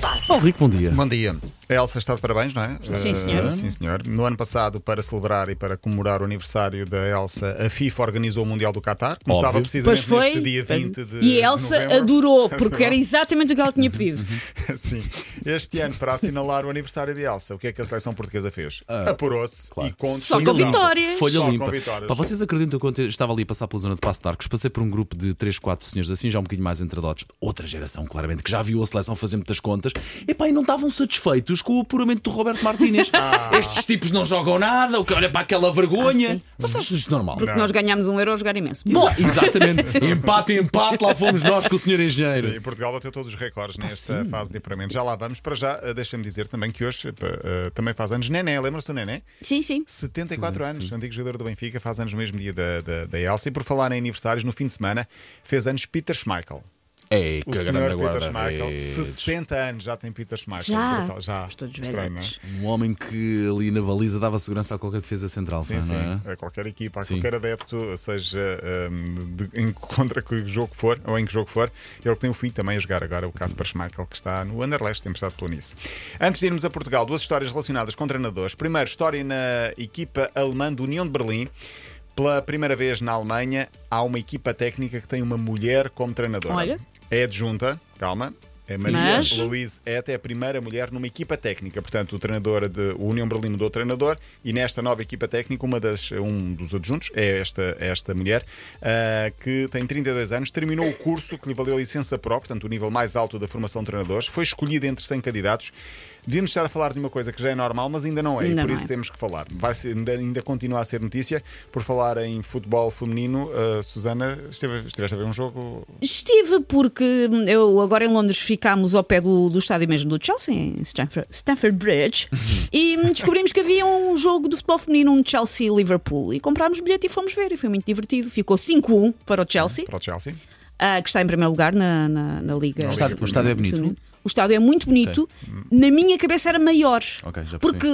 passa? Paulo Rico, bom dia. Bom dia. A Elsa está de parabéns, não é? Sim, Eh, senhor. sim, senhor. No ano passado, para celebrar e para comemorar o aniversário da Elsa, a FIFA organizou o Mundial do Qatar. Começava Óbvio. precisamente Pois foi. neste dia 20 de e a Elsa novembro. Uhum. adorou, porque era exatamente o que ela tinha pedido. Sim. Este ano, para assinalar o aniversário de Elsa, o que é que a seleção portuguesa fez? Ah, Apurou-se e com Só com decisão. vitórias. Folha Só com limpa. vitórias. Pá, vocês acreditam quando eu estava ali a passar pela zona de Passo de Arcos, passei por um grupo de 3, 4 senhores assim, já um bocadinho mais entradotes, outra geração, claramente, que já viu a seleção fazer muitas contas, e pá, e não estavam satisfeitos com o apuramento do Roberto Martínez. Ah. Estes tipos não jogam nada, o que olha para aquela vergonha. Ah, sim. Vocês acham isto normal? Porque nós ganhámos um euro a jogar imenso. Bom, exatamente. empate, empate, lá fomos nós com o senhor engenheiro. Sim, e Portugal bateu todos os recordes Tá, nesta fase de apuramento. Já lá vamos. Para já, eh, deixa-me dizer também que hoje eh, eh, também faz anos Nené. Lembra-se do Nené? Sim, sim. 74 anos, antigo jogador do Benfica, faz anos no mesmo dia da, da, da Elsa. E por falar em aniversários, no fim de semana fez anos Peter Schmeichel. É, O que a senhor grande É. Peter guarda. Schmeichel, redes. 60 anos já tem Peter Schmeichel. Já. Brutal, já. Estamos todos Estranho, não é? velhotes. Um homem que ali na baliza dava segurança a qualquer defesa central, Sim, pá, sim. não é? A qualquer equipa, a Sim. qualquer adepto, seja hum, de- em, contra que jogo for, ou em que jogo for, ele tem o filho também a jogar agora, o Kasper Schmeichel, que está no Anderlecht, temos estado pelo Nice. Antes de irmos a Portugal, duas histórias relacionadas com treinadores. Primeiro, história na equipa alemã do União de Berlim. Pela primeira vez na Alemanha, há uma equipa técnica que tem uma mulher como treinadora. Olha. É adjunta, calma. É Maria Mas- Luiz é até a primeira mulher numa equipa técnica. Portanto, o treinador de o União Berlim mudou de treinador e nesta nova equipa técnica, uma das, um dos adjuntos é esta, esta mulher, ah, que tem 32 anos, terminou o curso que lhe valeu a licença pró, portanto, o nível mais alto da formação de treinadores, foi escolhida entre 100 candidatos. Devíamos estar a falar de uma coisa que já é normal, mas ainda não é, Ainda e por não isso é. temos que falar. Vai ser- ainda, ainda continua a ser notícia. Por falar em futebol feminino, ah, Susana, esteve, estiveste a ver um jogo Estive porque eu agora em Londres ficámos ao pé do, do estádio mesmo do Chelsea, em Stamford, Stamford Bridge, Uhum. e descobrimos que havia um jogo de futebol feminino, um Chelsea-Liverpool, e comprámos bilhete e fomos ver, e foi muito divertido. Ficou 5-1 para o Chelsea, para o Chelsea? ah, que está em primeiro lugar na, na, na Liga. O estádio- o estádio é bonito? Feminina. O estádio é muito bonito, na minha cabeça era maior. Ok, já percebi. porque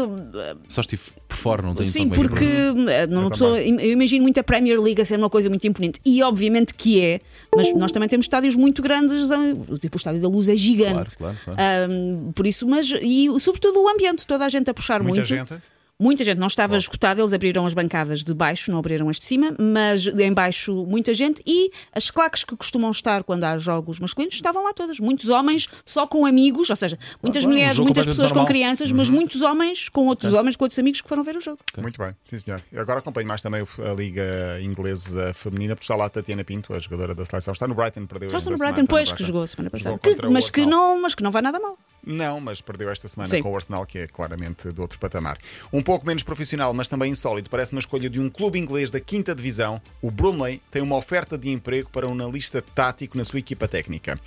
Só estive por fora, não tenho Sim, tão bem porque eh, numa Eu pessoa, eu imagino muito a Premier League a ser uma coisa muito imponente. E obviamente que é, mas nós também temos estádios muito grandes, eh, tipo o Estádio da Luz é gigante. Claro, claro, claro. Ahm, por isso, mas e sobretudo o ambiente, toda a gente a puxar Muita muito. gente? Muita gente, não estava esgotada, eles abriram as bancadas de baixo, não abriram as de cima, mas em baixo muita gente e as claques que costumam estar quando há jogos masculinos estavam lá todas. Muitos homens só com amigos, ou seja, muitas Ah, bom, um mulheres, jogo muitas completamente pessoas com normal. Uhum. crianças, mas muitos homens com outros homens, com outros amigos que foram ver o jogo. Muito bem, sim senhor. Eu agora acompanho mais também o- a Liga Inglesa Feminina, porque está lá a Tatiana Pinto, a jogadora da seleção. Está no Brighton, perdeu Já está ainda no a semana, Brighton, está no pois, que Brighton. jogou a semana Jogou passada. contra Que- o mas, que Arsenal. não, mas que não vai nada mal. Não, mas perdeu esta semana Sim. com o Arsenal, que é claramente de outro patamar. Um pouco menos profissional, mas também insólito, parece na escolha de um clube inglês da quinta divisão, o Bromley tem uma oferta de emprego para um analista tático na sua equipa técnica.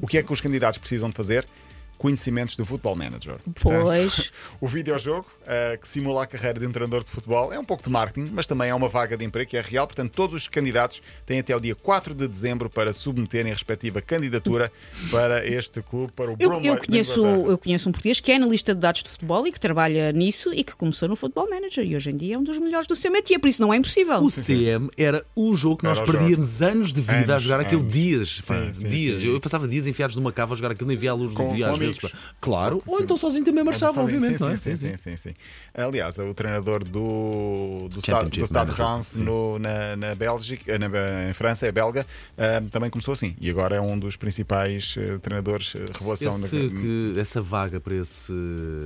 O que é que os candidatos precisam de fazer? Conhecimentos do Football Manager. Pois. O videojogo, eh, que simula a carreira de um treinador de futebol, é um pouco de marketing, mas também é uma vaga de emprego que é real. Portanto, todos os candidatos têm até o dia 4 de dezembro para submeterem a respectiva candidatura para este clube, para o Eu, Bromley. eu, da conheço, Inglaterra. eu conheço um português que é analista de dados de futebol e que trabalha nisso e que começou no Football Manager e hoje em dia é um dos melhores do seu métier, por isso não é impossível. O CM era o jogo que nós Era o jogo. perdíamos anos de vida a Anos, jogar aquilo anos. dias. pá, Sim, sim, dias. sim. Eu passava dias enfiados numa cava a jogar aquilo, nem via a luz Com- do dia com às vezes. amigos. pá. Claro, ou então sozinho também marchava, Sim, obviamente, sim, não é? Sim, sim, sim, sim. Aliás, o treinador do, do Stade, Championship do Stade Manager, Reims sim. no- na, na Bélgica, eh, na, em França, é belga, ah, também começou assim. E agora é um dos principais eh, treinadores eh, revelação Esse da, que- essa vaga para esse,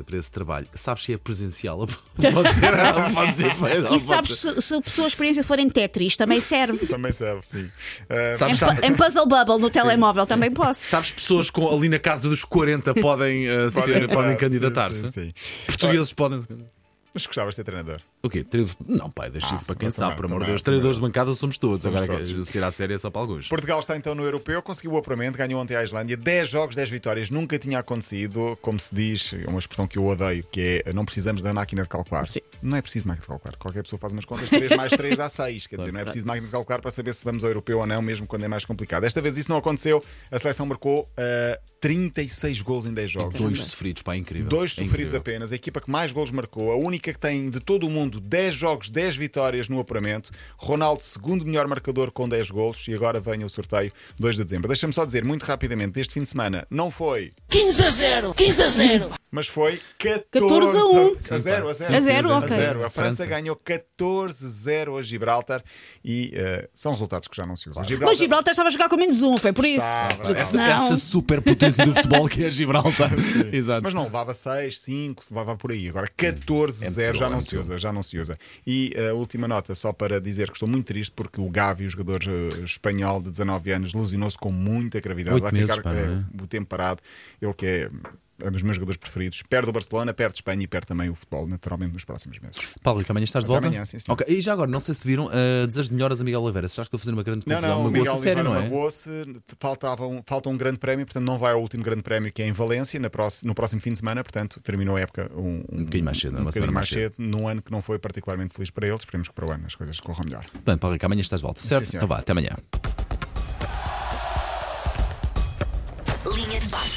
para esse trabalho, sabes se é presencial? ou Pode ser, não, pode ser feito, E não, sabes pode ser. se, se a pessoa a experiência for em Tetris, também serve. Também serve, sim. Ah, Sabes, em, pu- em Puzzle Bubble no telemóvel também posso. sabes pessoas com, ali na casa dos 40 podem, eh, ser- podem, sim, candidatar-se? sim, sim. Portugueses podem. Mas gostavas de ser treinador. O quê? Treinador- Não, pai, deixa isso para quem Ah, eu sabe, também, por amor de também, Deus. Treinadores de bancada somos todos. Somos Agora, todos. se ir à série é só para alguns. Portugal está então no europeu, conseguiu o apuramento, ganhou ontem a Islândia. 10 jogos, 10 vitórias, nunca tinha acontecido. Como se diz, é uma expressão que eu odeio, que é não precisamos da máquina de calcular. Sim. Não é preciso máquina de calcular. Qualquer pessoa faz umas contas, 3 mais 3 dá 6. Quer dizer, não é preciso máquina de calcular para saber se vamos ao europeu ou não, mesmo quando é mais complicado. Desta vez isso não aconteceu. A seleção marcou. ah, 36 gols em 10 jogos. Dois sofridos, pá, é incrível. Dois É sofridos incrível. apenas, a equipa que mais gols marcou, a única que tem de todo o mundo 10 jogos, 10 vitórias no apuramento. Ronaldo, segundo melhor marcador com 10 gols, e agora vem o sorteio 2 de dezembro. Deixa-me só dizer muito rapidamente: este fim de semana não foi, 15 a 0, 15 a 0. mas foi 14, 14 a 1. A 0, a 0. A zero, ok. A França ganhou 14-0 a Gibraltar e eh, são resultados que já não se usam. Mas Gibraltar estava a jogar com menos um, foi por isso. Estava. Porque Essa, senão- essa super potência do futebol que é Gibraltar. Exato. Mas não, levava 6, 5, levava por aí. Agora 14, É 0 muito já bom, não é se muito usa, já não se usa. E eh, a última nota, só para dizer que estou muito triste porque o Gavi, o jogador eh, espanhol de 19 anos, lesionou-se com muita gravidade. Oito Vai meses, ficar pá, eh, não é? o tempo parado. Ele que é. Um dos meus jogadores preferidos. Perde o Barcelona, perde Espanha e perde também o futebol, naturalmente, nos próximos meses. Paulo, Rico, amanhã estás de Até volta? amanhã, sim, senhor. Ok, E já agora, não sei se viram, uh, desejo de melhoras a Miguel Oliveira. Se achas que estou a fazer uma grande Não, confusão, não, o magoou-se Miguel a sério, não é? magoou-se. Faltava um, falta um grande prémio, portanto, não vai ao último grande prémio que é em Valência, na próxima- no próximo fim de semana. Portanto, terminou a época um, um, bocadinho mais cedo, um uma bocadinho semana mais mais cedo, num ano que não foi particularmente feliz para ele. Esperemos que para o ano as coisas corram melhor. Bem, Paulo, Rico, amanhã estás de volta, certo? senhor. então vá, até amanhã. Linha de passe.